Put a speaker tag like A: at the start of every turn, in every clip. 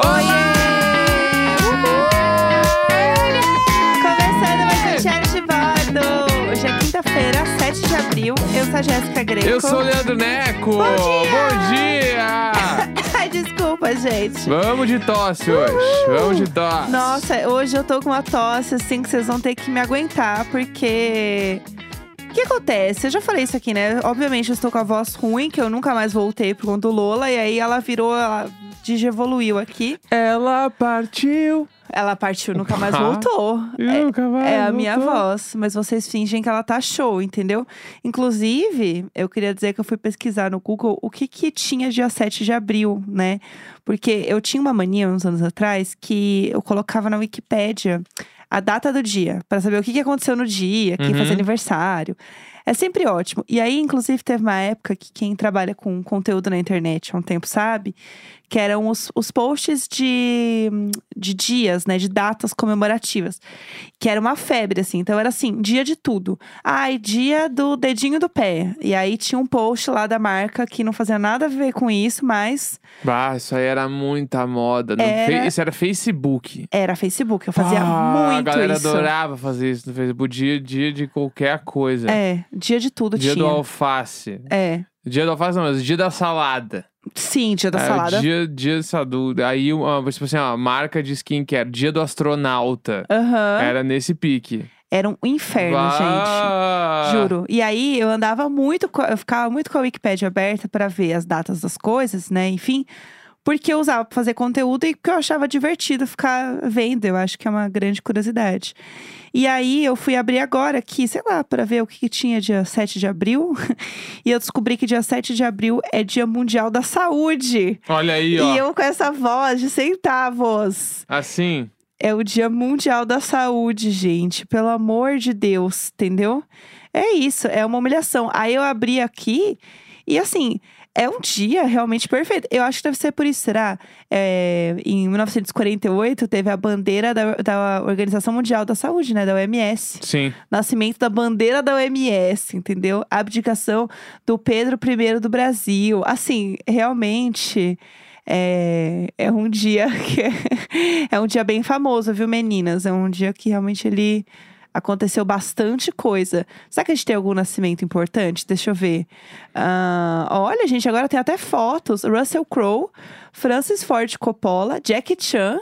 A: um Terça-feira, 7 é de abril. Eu sou a Jéssica Greco.
B: Eu sou o Leandro Neco.
A: Bom dia!
B: Bom dia!
A: Ai, desculpa, gente.
B: Vamos de tosse hoje. Vamos de tosse.
A: Uh! Nossa, hoje eu tô com uma tosse, assim, que vocês vão ter que me aguentar, porque. O que acontece? Eu já falei isso aqui, né? Obviamente, eu estou com a voz ruim, que eu nunca mais voltei por conta do Lola, e aí ela virou, ela digievoluiu aqui.
B: Ela partiu.
A: Ela partiu, nunca mais
B: Ah.
A: voltou.
B: E
A: É-
B: nunca vai
A: É a minha
B: voltar.
A: voz, mas vocês fingem que ela tá show, entendeu? Inclusive, eu queria dizer que eu fui pesquisar no Google o que que tinha dia 7 de abril, né? Porque eu tinha uma mania uns anos atrás que eu colocava na Wikipédia a data do dia, pra saber o que que aconteceu no dia, quem
B: Uhum.
A: fazia aniversário. É sempre ótimo. E aí, inclusive, teve uma época que quem trabalha com conteúdo na internet há um tempo sabe que eram os, os posts de, de dias, né? De datas comemorativas. Que era uma febre, assim. Então era assim, dia de tudo. Ai, dia do dedinho do pé. E aí tinha um post lá da marca que não fazia nada a ver com isso, mas
B: Ah, isso aí era muita moda. No
A: Era-
B: fe- Isso era Facebook.
A: era Facebook. Eu fazia
B: ah,
A: muito
B: A galera
A: isso.
B: adorava fazer isso no Facebook. Dia, dia de qualquer coisa.
A: É, dia de tudo
B: dia do
A: tinha.
B: alface.
A: É.
B: Dia do alface não, mas dia da salada.
A: Sim, dia da
B: É,
A: salada.
B: Dia, dia sa- do, aí, uma, tipo assim, ó, marca de skincare. Dia do astronauta.
A: Aham.
B: Era nesse pique.
A: Era um inferno, gente.
B: É. Vá!
A: Juro. E aí eu andava muito, com a- eu ficava muito com a Wikipédia aberta pra ver as datas das coisas, né? Enfim, porque eu usava pra fazer conteúdo e porque eu achava divertido ficar vendo. Eu acho que é uma grande curiosidade. E aí eu fui abrir agora aqui, sei lá, pra ver o que, que tinha dia 7 de abril. e eu descobri que dia 7 de abril é Dia Mundial da Saúde.
B: Olha aí, ó.
A: E eu com essa voz de centavos.
B: Assim.
A: É o Dia Mundial da Saúde, gente. Pelo amor de Deus, entendeu? É isso, é uma humilhação. Aí eu abri aqui e assim, é um dia realmente perfeito. Eu acho que deve ser por isso, será? É, em 1948 teve a bandeira da, da Organização Mundial da Saúde, né? Da OMS.
B: Sim.
A: Nascimento da bandeira da OMS, entendeu? Abdicação do Pedro I do Brasil. Assim, realmente é, é um dia que é um dia bem famoso, viu, meninas? É um dia que realmente ele aconteceu bastante coisa. Será que a gente tem algum nascimento importante? Deixa eu ver. Ah, olha, gente, agora tem até fotos. Russell Crowe, Francis Ford Coppola, Jackie Chan,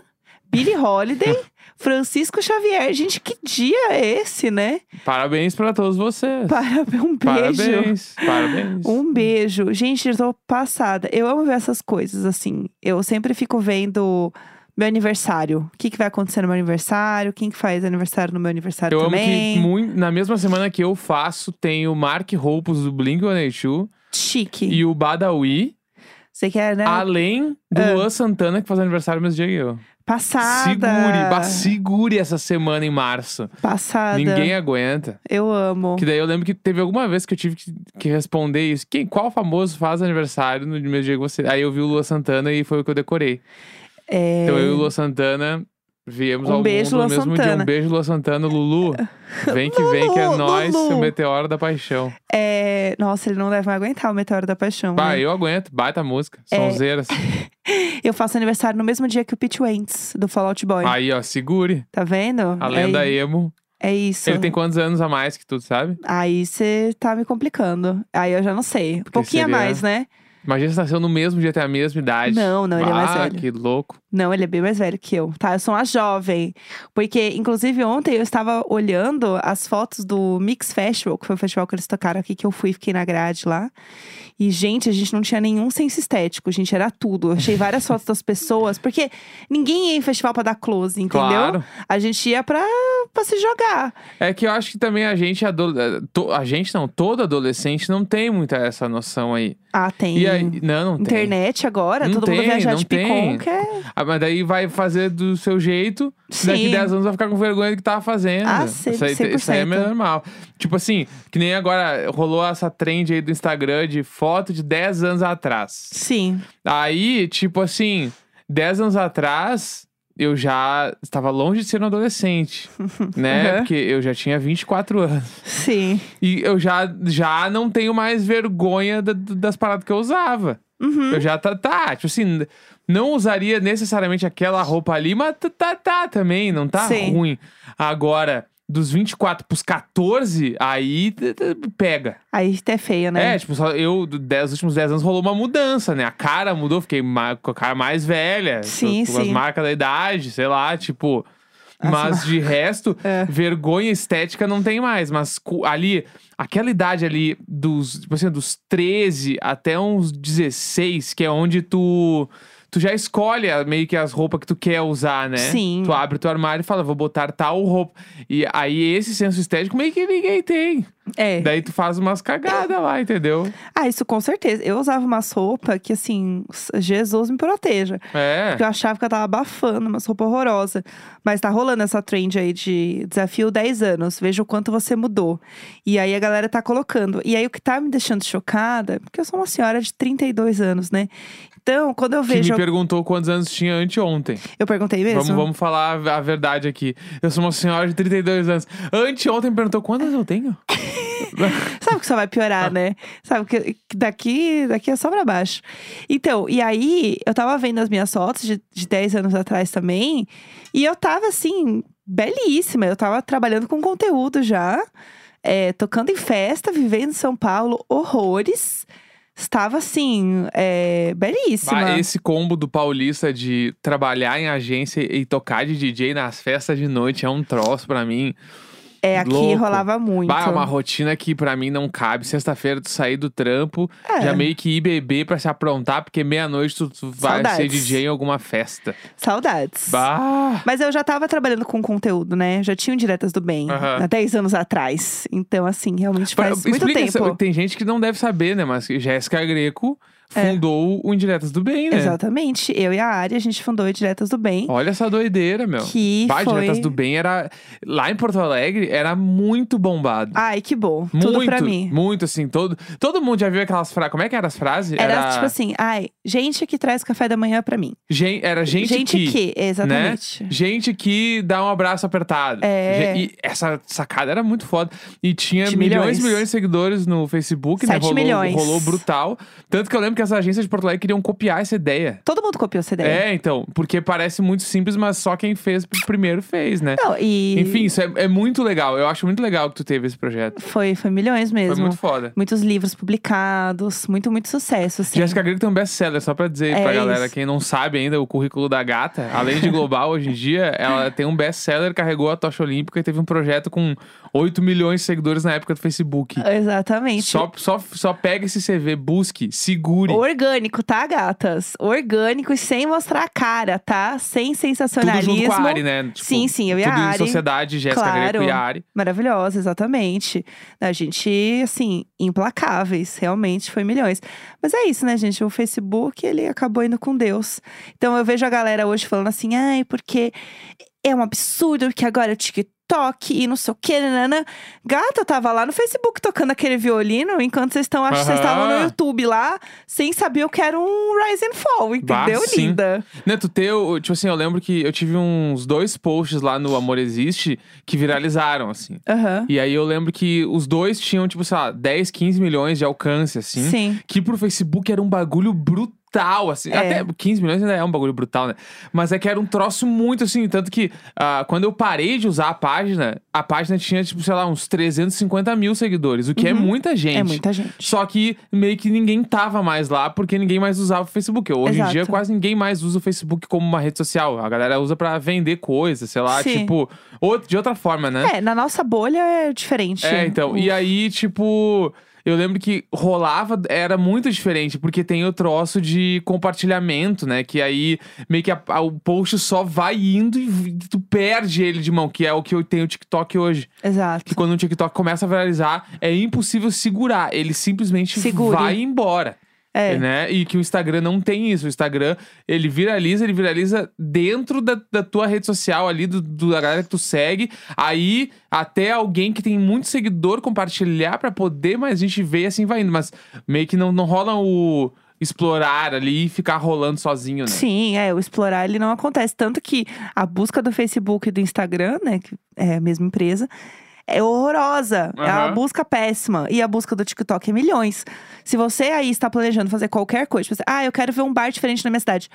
A: Billie Holiday. Francisco Xavier, gente, que dia é esse, né?
B: Parabéns pra todos vocês.
A: Para um beijo.
B: Parabéns. Parabéns.
A: Um beijo. Gente, eu tô passada. Eu amo ver essas coisas, assim. Eu sempre fico vendo meu aniversário. O que, que vai acontecer no meu aniversário? Quem que faz aniversário no meu aniversário
B: Eu
A: também?
B: amo que mui- na mesma semana que eu faço, tem o Mark Hoppus do Blink-182
A: Chique.
B: e o Badawi,
A: Você quer, né?
B: além do Luan Santana, que faz aniversário no mesmo dia que eu.
A: Passada.
B: Segure, bah, segure essa semana em março.
A: Passada.
B: Ninguém aguenta.
A: Eu amo.
B: Que daí eu lembro que teve alguma vez que eu tive que, que responder isso. Quem, qual famoso faz aniversário no mesmo dia que você? Aí eu vi o Luan Santana e foi o que eu decorei.
A: É...
B: Então eu e o Luan Santana viemos
A: Um
B: ao
A: beijo,
B: mundo
A: Luan
B: no mesmo dia.
A: Santana.
B: Um beijo, Luan Santana, Lulu. Vem que vem, que é
A: Lulu,
B: nós,
A: Lulu.
B: o meteoro da paixão.
A: é... Nossa, ele não deve mais aguentar o Meteoro da Paixão.
B: Bah,
A: né?
B: eu aguento, baita música.
A: É.
B: assim. Sonzeiras.
A: Eu faço aniversário no mesmo dia que o Pete Wentz, do Fallout Boy.
B: Aí, ó, segure.
A: Tá vendo?
B: A lenda
A: é,
B: emo.
A: é isso.
B: Ele tem quantos anos a mais que tu, sabe?
A: Aí você tá me complicando. Aí eu já não sei. Um pouquinho a
B: seria-
A: mais, né?
B: Imagina se nasceu no mesmo dia, tem a mesma idade.
A: Não, não, ele é mais
B: Ah,
A: velho.
B: que louco.
A: Não, ele é bem mais velho que eu, tá? Eu sou uma jovem. Porque, inclusive, ontem eu estava olhando as fotos do Mix Festival, que foi o festival que eles tocaram aqui, que eu fui, fiquei na grade lá. E, gente, a gente não tinha nenhum senso estético, gente, era tudo. Eu achei várias fotos das pessoas, porque ninguém ia em festival pra dar close, entendeu?
B: Claro.
A: A gente ia pra, pra se jogar.
B: É que eu acho que também a gente, ado- eh, to- a gente não, todo adolescente não tem muita essa noção aí.
A: Ah, tem.
B: E aí, não, não tem.
A: Internet agora,
B: Não
A: todo mundo
B: tem,
A: viajar de
B: não tem.
A: picom, que é
B: Ah, mas daí vai fazer do seu jeito. Daqui
A: Sim.
B: 10 anos vai ficar com vergonha do que tava fazendo.
A: Ah, cem-
B: isso, aí, isso aí é
A: 100%.
B: normal. Tipo assim, que nem agora rolou essa trend aí do Instagram de foto de 10 anos atrás.
A: Sim.
B: Aí, tipo assim, 10 anos atrás, eu já estava longe de ser um adolescente, né?
A: Uhum.
B: Porque eu já tinha 24 anos.
A: Sim.
B: E eu já, já não tenho mais vergonha da- das paradas que eu usava.
A: Uhum.
B: Eu já tá, tá, tipo assim, n- não usaria necessariamente aquela roupa ali, mas tá, tá, tá também, não tá
A: Sim.
B: ruim. Agora, dos 24 pros 14, aí t- t- pega.
A: Aí até é feio, né?
B: É, tipo, só eu, do- dez- os últimos 10 anos rolou uma mudança, né? A cara mudou, fiquei ma- com a cara mais velha.
A: Sim,
B: com, com as
A: sim.
B: marcas da idade, sei lá, tipo.
A: As
B: Mas de resto,
A: É.
B: vergonha estética não tem mais. Mas cu- ali, aquela idade ali dos, tipo assim, dos 13 até uns 16, que é onde tu. Tu já escolhe a- meio que as roupas que tu quer usar, né?
A: Sim.
B: Tu abre teu armário e fala, vou botar tal roupa. E aí, esse senso estético meio que ninguém tem.
A: É.
B: Daí tu faz umas cagadas lá, entendeu?
A: Ah, isso com certeza. Eu usava umas roupas que, assim, s- Jesus me proteja.
B: É.
A: Porque eu achava que eu tava abafando, umas roupas horrorosas. Mas tá rolando essa trend aí de desafio 10 anos. Veja o quanto você mudou. E aí a galera tá colocando. E aí o que tá me deixando chocada, porque eu sou uma senhora de 32 anos, né? Então, quando eu
B: Que
A: vejo.
B: me perguntou quantos anos tinha anteontem.
A: Eu perguntei mesmo?
B: Vamos, vamos falar a a verdade aqui. Eu sou uma senhora de 32 anos. Anteontem me perguntou quantas eu tenho?
A: Sabe que só vai piorar, né? Sabe que que daqui, daqui é só pra baixo. Então, e aí, eu tava vendo as minhas fotos de, de 10 anos atrás também, e eu tava assim, belíssima. Eu tava trabalhando com conteúdo já, é, tocando em festa, vivendo em São Paulo, horrores. Estava assim, é, belíssima.
B: Bah, esse combo do paulista de trabalhar em agência e tocar de DJ nas festas de noite é um troço pra mim.
A: é, aqui
B: louco.
A: rolava muito.
B: Bah, é uma rotina que pra mim não cabe. Sexta-feira tu sair do trampo,
A: É.
B: já meio que ir beber pra se aprontar, porque meia-noite tu, tu vai ser
A: Saudades.
B: DJ em alguma festa.
A: Saudades.
B: Bah!
A: Mas eu já tava trabalhando com conteúdo, né? Já tinha o Diretas do Bem
B: Aham.
A: há 10 anos atrás. Então, assim, realmente
B: Pra-
A: faz muito
B: Tipo, explica
A: tempo.
B: essa- tem gente que não deve saber, né? Mas Jéssica Greco
A: É.
B: fundou o Indiretas do Bem, né?
A: Exatamente. Eu e a Ari, a gente fundou o Diretas do Bem.
B: Olha essa doideira, meu.
A: Que
B: Bah,
A: foi...
B: Diretas do Bem era. Lá em Porto Alegre era muito bombado.
A: Ai, que bom.
B: muito,
A: Ah, Tudo pra mim.
B: Muito, assim. Todo, todo mundo já viu aquelas frases. Como é que eram as frases?
A: Era, tipo assim, ai, gente que traz café da manhã pra mim.
B: gen- era gente, que. né?
A: que, exatamente.
B: Gente que dá um abraço apertado.
A: É.
B: Gen- E essa sacada era muito foda. E tinha
A: De
B: milhões e
A: milhões.
B: milhões de seguidores no Facebook, né?
A: Sete
B: Rolou,
A: milhões.
B: rolou brutal. Tanto que eu lembro que as agências de Porto Alegre queriam copiar essa ideia.
A: Todo mundo copiou essa ideia.
B: É, então, porque parece muito simples, mas só quem fez p- primeiro fez, né?
A: Não, e
B: Enfim, isso é, é muito legal. Eu acho muito legal que tu teve esse projeto.
A: foi, foi milhões mesmo.
B: Foi muito foda.
A: Muitos livros publicados, muito, muito sucesso, assim.
B: Jéssica Greco tem um best-seller, só pra dizer
A: É
B: pra galera,
A: isso.
B: quem não sabe ainda o currículo da gata, além de global hoje em dia, ela tem um best-seller, carregou a tocha olímpica e teve um projeto com 8 milhões de seguidores na época do Facebook.
A: Exatamente.
B: Só, só, só pega esse CV, busque, segure.
A: Orgânico, tá, gatas? Orgânico e sem mostrar a cara, tá? Sem
B: Tudo
A: sensacionalismo.
B: junto com a Ari, né? Tipo,
A: Sim, sim, eu e a
B: tudo em
A: Ari.
B: sociedade, Jéssica Greco
A: Claro.
B: e a Ari.
A: Maravilhosa, exatamente. A gente, assim, implacáveis, realmente foi milhões. Mas é isso, né, gente? O Facebook, ele acabou indo com Deus. Então eu vejo a galera hoje falando assim, ai, porque é um absurdo, porque agora é o TikTok e não sei o que, nanana. Gata, eu tava lá no Facebook tocando aquele violino, enquanto vocês estão, acho que vocês
B: Aham.
A: estavam no YouTube lá, sem saber eu quero um Rise and Fall,
B: Bah,
A: entendeu,
B: sim.
A: linda?
B: Né, tu teu, tipo assim, eu lembro que eu tive uns dois posts lá no Amor Existe que viralizaram, assim.
A: Aham.
B: E aí eu lembro que os dois tinham, tipo, sei lá, 10, 15 milhões de alcance, assim.
A: Sim.
B: Que pro Facebook era um bagulho brutal, assim.
A: É.
B: Até 15 milhões ainda é um bagulho brutal, né? Mas é que era um troço muito, assim. Tanto que ah, quando eu parei de usar a página, a página tinha, tipo, sei lá, uns 350 mil seguidores, o que é muita gente.
A: É muita gente.
B: Só que meio que ninguém tava mais lá porque ninguém mais usava o Facebook. Hoje em
A: Exato.
B: dia quase ninguém mais usa o Facebook como uma rede social. A galera usa pra vender coisas, sei lá,
A: Sim.
B: tipo, ou- de outra forma, né?
A: É, na nossa bolha é diferente.
B: É, então. E aí, tipo, eu lembro que rolava, era muito diferente, porque tem o troço de compartilhamento, né? Que aí meio que a- a- o post só vai indo e v- tu perde ele de mão, que é o que eu tenho o TikTok hoje.
A: Exato.
B: Que quando o TikTok começa a viralizar, é impossível segurar. Ele simplesmente
A: Segure.
B: vai embora.
A: É.
B: Né? E que o Instagram não tem isso. O Instagram, ele viraliza, ele viraliza dentro da, da tua rede social ali, do, do- da galera que tu segue. Aí, até alguém que tem muito seguidor compartilhar pra poder mais gente ver e assim vai indo. Mas meio que não, não rola o explorar ali e ficar rolando sozinho, né?
A: Sim, é, o explorar ele não acontece. Tanto que a busca do Facebook e do Instagram, né, que é a mesma empresa, é horrorosa. É uma
B: Aham.
A: busca péssima. E a busca do TikTok é milhões. Se você aí está planejando fazer qualquer coisa, tipo assim, ah, eu quero ver um bar diferente na minha cidade.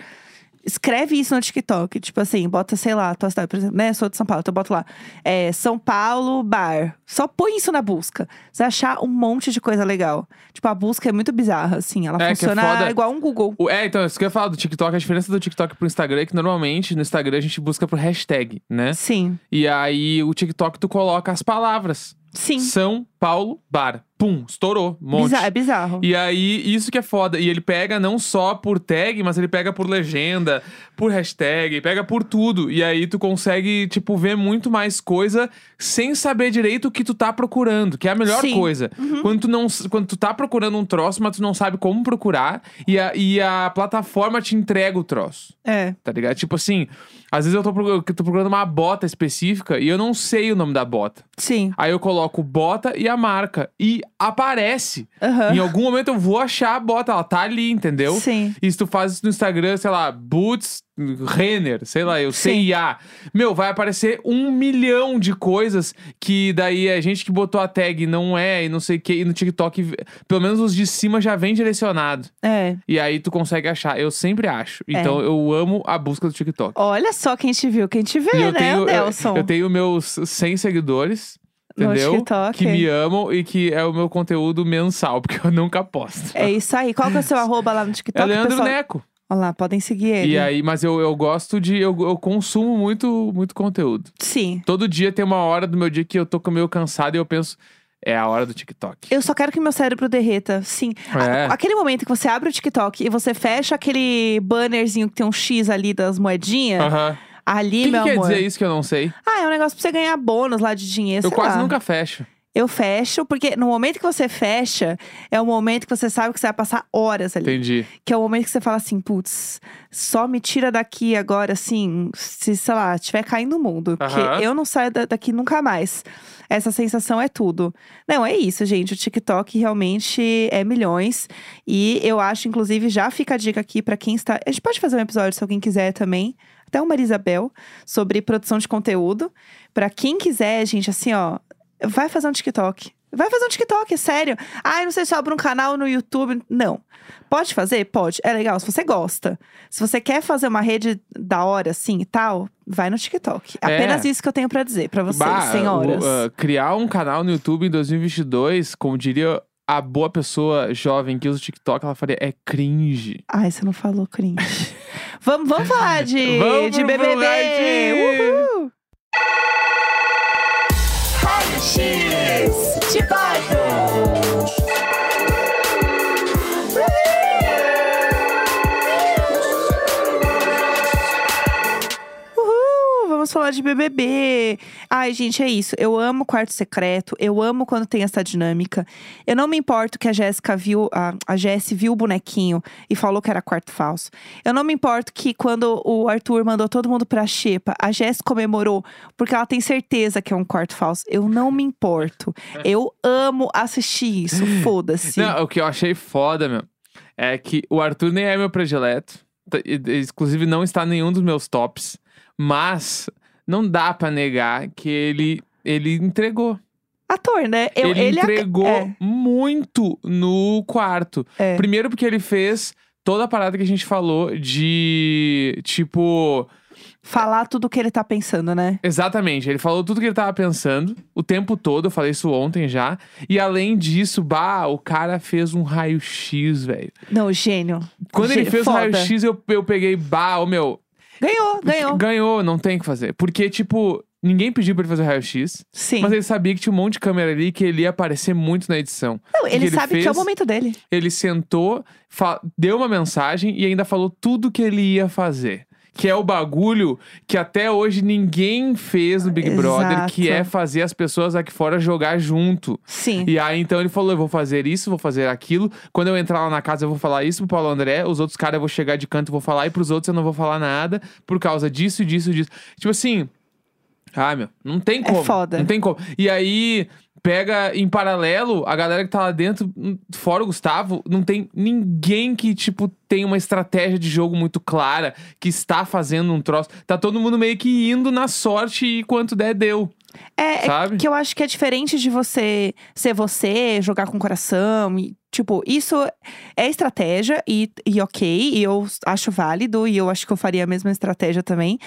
A: Escreve isso no TikTok. Tipo assim, bota, sei lá, tua cidade, por exemplo, né? Sou de São Paulo, então bota lá. é, São Paulo bar. Só põe isso na busca. Você vai achar um monte de coisa legal. Tipo, a busca é muito bizarra, assim. Ela
B: É, que é
A: funciona
B: foda.
A: igual um Google.
B: O- É, então, isso que eu ia falar do TikTok. A diferença do TikTok pro Instagram é que normalmente no Instagram a gente busca por hashtag, né?
A: Sim,
B: E aí o TikTok tu coloca as palavras.
A: sim.
B: São Paulo Bar. Pum, estourou. um Monte.
A: Bizar- é bizarro.
B: E aí, isso que é foda. E ele pega não só por tag, mas ele pega por legenda, por hashtag, pega por tudo. E aí tu consegue, tipo, ver muito mais coisa sem saber direito o que tu tá procurando, que é a melhor
A: Sim. Uhum.
B: coisa. Quando, tu não, quando tu tá procurando um troço, mas tu não sabe como procurar, e a, e a plataforma te entrega o troço.
A: É.
B: Tá ligado? Tipo assim, às vezes eu tô, procu- eu tô procurando uma bota específica e eu não sei o nome da bota.
A: Sim.
B: Aí eu coloco bota e a marca. E aparece.
A: Aham.
B: Em algum momento eu vou achar a bota, ela tá ali, entendeu?
A: Sim.
B: E se tu faz isso no Instagram, sei lá, Boots, Renner, sei lá, eu
A: Sim.
B: sei a. Meu, vai aparecer um milhão de coisas que daí a gente que botou a tag não é e não sei o que, e no TikTok, pelo menos os de cima já vem direcionado.
A: É.
B: E aí tu consegue achar, eu sempre acho.
A: É.
B: Então eu amo a busca do TikTok.
A: Olha só quem te viu, quem te vê,
B: E eu
A: né,
B: tenho,
A: Nelson?
B: eu, eu tenho meus 100 seguidores,
A: No
B: entendeu?
A: TikTok.
B: Que me amam e que é o meu conteúdo mensal, porque eu nunca posto.
A: É isso aí. Qual que é o seu arroba lá no TikTok,
B: É Leandro
A: pessoal?
B: Neco.
A: Olha lá, podem seguir ele.
B: E aí, mas eu, eu gosto de. Eu, eu consumo muito, muito conteúdo.
A: Sim.
B: Todo dia tem uma hora do meu dia que eu tô meio cansado e eu penso, é a hora do TikTok.
A: Eu só quero que meu cérebro derreta, sim.
B: É.
A: A- aquele momento que você abre o TikTok e você fecha aquele bannerzinho que tem um X ali das moedinhas.
B: Aham. O
A: Ali,
B: que, que
A: meu
B: quer
A: amor.
B: dizer isso que eu não sei?
A: Ah, é um negócio pra você ganhar bônus lá de dinheiro.
B: eu
A: sei
B: quase
A: lá.
B: nunca fecho.
A: Eu fecho, porque no momento que você fecha, é o momento que você sabe que você vai passar horas ali.
B: Entendi.
A: Que é o momento que você fala assim, putz, só me tira daqui agora, assim, se, sei lá, estiver caindo o mundo. Porque
B: Aham.
A: eu não saio da- daqui nunca mais. Essa sensação é tudo. Não, é isso, gente. O TikTok realmente é milhões. E eu acho, inclusive, já fica a dica aqui pra quem está. A gente pode fazer um episódio, se alguém quiser também. Até uma Isabel, sobre produção de conteúdo. Pra quem quiser, gente, assim, ó, vai fazer um TikTok. Vai fazer um TikTok, é sério. Ai, não sei se abre um canal no YouTube. Não. Pode fazer? Pode. É legal, se você gosta. Se você quer fazer uma rede da hora, assim e tal, vai no TikTok.
B: É.
A: Apenas isso que eu tenho pra dizer pra vocês,
B: Bah,
A: senhoras.
B: o- ah, criar um canal no YouTube em 2022, como diria a boa pessoa jovem que usa o TikTok, ela faria, é cringe.
A: Ai, você não falou cringe. vamos, vamos falar de,
B: Vamos
A: de
B: pro
A: BBB!
B: Moonlight!
A: Uhul! Raio-X de Uhul! Vamos falar de BBB. Ai, gente, é isso. Eu amo Quarto Secreto. Eu amo quando tem essa dinâmica. Eu não me importo que a Jéssica viu, a, a Jess viu o bonequinho e falou que era quarto falso. Eu não me importo que quando o Arthur mandou todo mundo pra xepa, a Jess comemorou porque ela tem certeza que é um quarto falso. Eu não me importo. Eu amo assistir isso. Foda-se.
B: É. Não, o que eu achei foda, meu, é que o Arthur nem é meu predileto. T- e- e- Inclusive, não está em nenhum dos meus tops. Mas não dá pra negar que ele, ele entregou.
A: Ator, né? Eu-
B: ele,
A: ac-
B: entregou
A: É,
B: muito no quarto.
A: é.
B: Primeiro, porque ele fez toda a parada que a gente falou de tipo.
A: Falar tudo o que ele tá pensando, né?
B: Exatamente, ele falou tudo que ele tava pensando o tempo todo, eu falei isso ontem já. E além disso, bah, o cara fez um raio-x, velho.
A: Não, gênio.
B: Quando ele
A: Gê-
B: fez
A: foda.
B: o raio-x, eu, eu peguei, bah, ô, meu.
A: Ganhou, ganhou.
B: Ganhou, não tem o que fazer. Porque, tipo, ninguém pediu pra ele fazer o raio-x,
A: Sim.
B: mas ele sabia que tinha um monte de câmera ali que ele ia aparecer muito na edição.
A: Não,
B: que
A: ele,
B: ele
A: sabe que é o
B: fez-
A: momento dele.
B: Ele sentou, fa- deu uma mensagem e ainda falou tudo que ele ia fazer. Que é o bagulho que até hoje ninguém fez no Big Brother,
A: Exato.
B: que é fazer as pessoas aqui fora jogar junto.
A: Sim.
B: E aí, então, ele falou: eu vou fazer isso, vou fazer aquilo. Quando eu entrar lá na casa, eu vou falar isso pro Paulo André. Os outros caras eu vou chegar de canto e vou falar. E pros outros eu não vou falar nada por causa disso, disso, disso. Tipo assim. Ah, meu, não tem como.
A: É foda.
B: Não tem como. E aí, pega em paralelo a galera que tá lá dentro, hum, fora o Gustavo, não tem ninguém que, tipo, tem uma estratégia de jogo muito clara, que está fazendo um troço. Tá todo mundo meio que indo na sorte e quanto der, deu.
A: É, é
B: Sabe?
A: que eu acho que é diferente de você ser você, jogar com o coração. e, tipo, isso é estratégia e, e ok, e eu acho válido, e eu acho que eu faria a mesma estratégia também.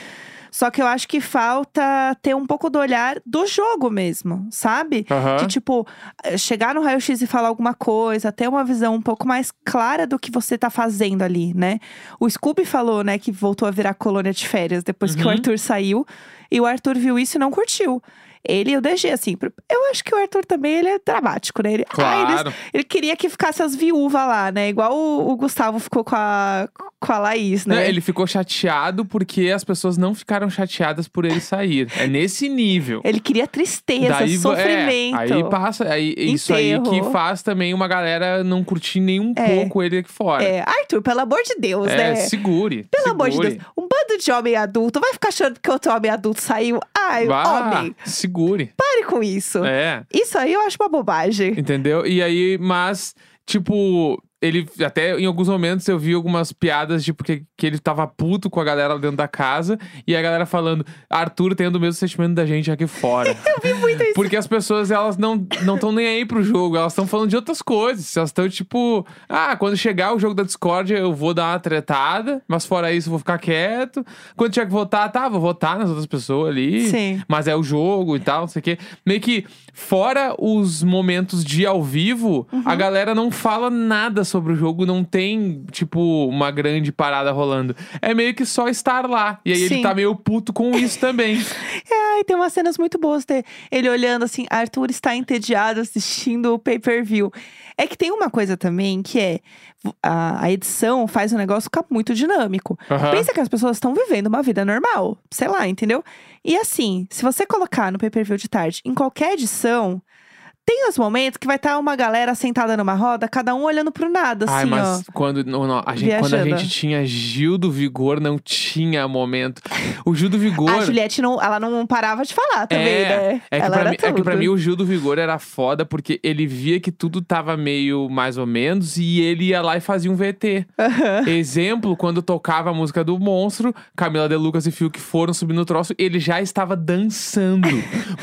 A: Só que eu acho que falta ter um pouco do olhar do jogo mesmo, sabe?
B: Aham.
A: De tipo, eh, chegar no raio-x e falar alguma coisa, ter uma visão um pouco mais clara do que você tá fazendo ali, né? O Scooby falou, né, que voltou a virar colônia de férias depois que o
B: Uhum.
A: Arthur saiu. E o Arthur viu isso e não curtiu. Ele e o DG, assim. pro- Eu acho que o Arthur também, ele é dramático, né? Ele, "Ah, eles-
B: Claro.
A: ele queria que ficasse as viúvas lá, né? Igual o, o Gustavo ficou com a, com a Laís, né?
B: Não, Ele ficou chateado porque as pessoas não ficaram chateadas por ele sair. É nesse nível.
A: Ele queria tristeza,
B: Daí, vo-
A: sofrimento.
B: É, aí passa. Aí, isso aí que
A: Enterro.
B: faz também uma galera não curtir nem um
A: É.
B: pouco ele aqui fora.
A: É, Arthur, pelo amor de Deus,
B: É,
A: né?
B: segure.
A: Pelo amor de
B: segure.
A: Deus, um bando de homem adulto vai ficar achando que outro homem adulto saiu. Ai,
B: Vá,
A: homem,
B: segure.
A: pare com isso.
B: É.
A: Isso aí eu acho uma bobagem.
B: Entendeu? E aí, mas, tipo, ele até em alguns momentos eu vi algumas piadas de porque que ele tava puto com a galera dentro da casa e a galera falando, Arthur tendo o mesmo sentimento da gente aqui fora.
A: Eu vi muito isso.
B: Porque as pessoas, elas não não estão nem aí pro jogo, elas estão falando de outras coisas. Elas estão tipo, ah, quando chegar o jogo da Discord eu vou dar uma tretada, mas fora isso eu vou ficar quieto. Quando tiver que votar, tá, vou votar nas outras pessoas ali.
A: Sim.
B: Mas é o jogo e tal, não sei o quê. Meio que, fora os momentos de ao vivo,
A: Uhum.
B: a galera não fala nada sobre o jogo, não tem, tipo, uma grande parada rolando. É meio que só estar lá. E aí
A: Sim.
B: ele tá meio puto com isso também.
A: Ai, tem umas cenas muito boas de ele olhando assim, Arthur está entediado assistindo o pay-per-view. É que tem uma coisa também que é vo- a, a edição faz o negócio ficar muito dinâmico.
B: Aham.
A: Pensa que as pessoas estão vivendo uma vida normal, sei lá, entendeu? E assim, se você colocar no pay-per-view de tarde, em qualquer edição, tem os momentos que vai estar uma galera sentada numa roda, cada um olhando pro nada, assim,
B: Ai,
A: ó.
B: mas quando, não, não, a gente, quando a
A: Viajando.
B: gente tinha Gil do Vigor, não tinha momento. O Gil do Vigor.
A: A Juliette não, ela não parava de falar também,
B: é,
A: né?
B: é, que
A: ela
B: pra
A: era
B: mim, é que pra
A: tudo.
B: mim o Gil do Vigor era foda, porque ele via que tudo tava meio mais ou menos e ele ia lá e fazia um VT.
A: Aham.
B: Exemplo, quando tocava a música do monstro, Camila De Lucas e Fiuk foram subir no troço, ele já estava dançando.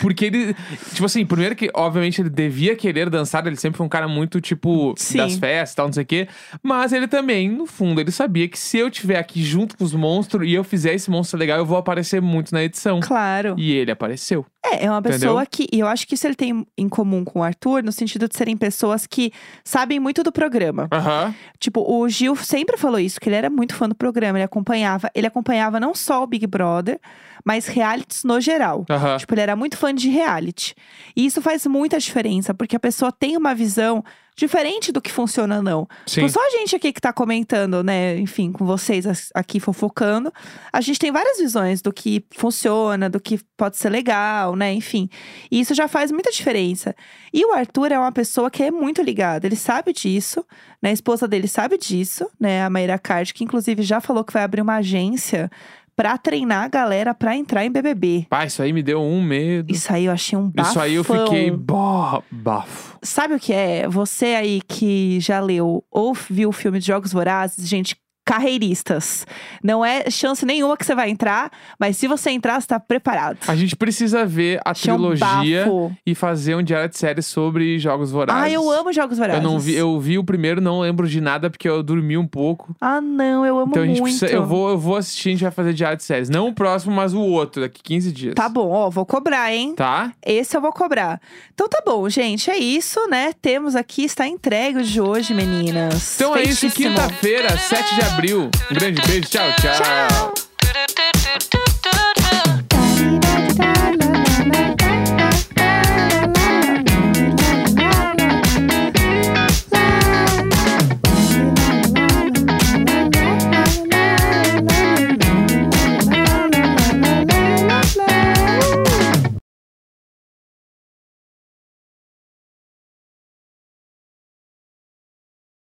B: Porque ele. Tipo assim, primeiro que, obviamente, ele devia querer dançar, ele sempre foi um cara muito, tipo,
A: Sim.
B: das festas e tal, não sei o quê. Mas ele também, no fundo, ele sabia que se eu estiver aqui junto com os monstros e eu fizer esse monstro legal, eu vou aparecer muito na edição.
A: Claro.
B: E ele apareceu.
A: É, é uma
B: Entendeu?
A: pessoa que. E eu acho que isso ele tem em comum com o Arthur, no sentido de serem pessoas que sabem muito do programa.
B: Aham.
A: Tipo, o Gil sempre falou isso, que ele era muito fã do programa, ele acompanhava. Ele acompanhava não só o Big Brother, mas realities no geral.
B: Aham.
A: Tipo, ele era muito fã de reality. E isso faz muita diferença, porque a pessoa tem uma visão diferente do que funciona ou não.
B: Sim.
A: Tipo, só a gente aqui que tá comentando, né? Enfim, com vocês as- aqui fofocando. A gente tem várias visões do que funciona, do que pode ser legal, né? Enfim. E isso já faz muita diferença. E o Arthur é uma pessoa que é muito ligada. Ele sabe disso, né? A esposa dele sabe disso, né? A Mayra Card, que inclusive já falou que vai abrir uma agência pra treinar a galera pra entrar em BBB.
B: Pá, isso aí me deu um medo.
A: Isso aí eu achei um bafão.
B: Isso aí eu fiquei bo- bafo.
A: Sabe o que é? Você aí que já leu ou viu o filme de Jogos Vorazes, gente, carreiristas. Não é chance nenhuma que você vai entrar, mas se você entrar, você tá preparado.
B: A gente precisa ver a
A: Achei um
B: trilogia.
A: bafo.
B: e fazer um diário de série sobre jogos vorazes.
A: Ah, eu amo Jogos Vorazes.
B: Eu não vi, eu vi o primeiro, não lembro de nada porque eu dormi um pouco.
A: Ah, não, eu amo
B: então a gente
A: muito.
B: precisa, eu vou, eu vou assistir, a gente vai fazer diário de séries, não o próximo, mas o outro daqui 15 dias.
A: Tá bom, ó, vou cobrar, hein?
B: Tá?
A: Esse eu vou cobrar. Então tá bom, gente, é isso, né? Temos aqui, está entregue o de hoje, meninas.
B: Então é isso,
A: Feitíssimo.
B: quinta-feira, 7 de abril. Um grande beijo, tchau.
A: Tchau!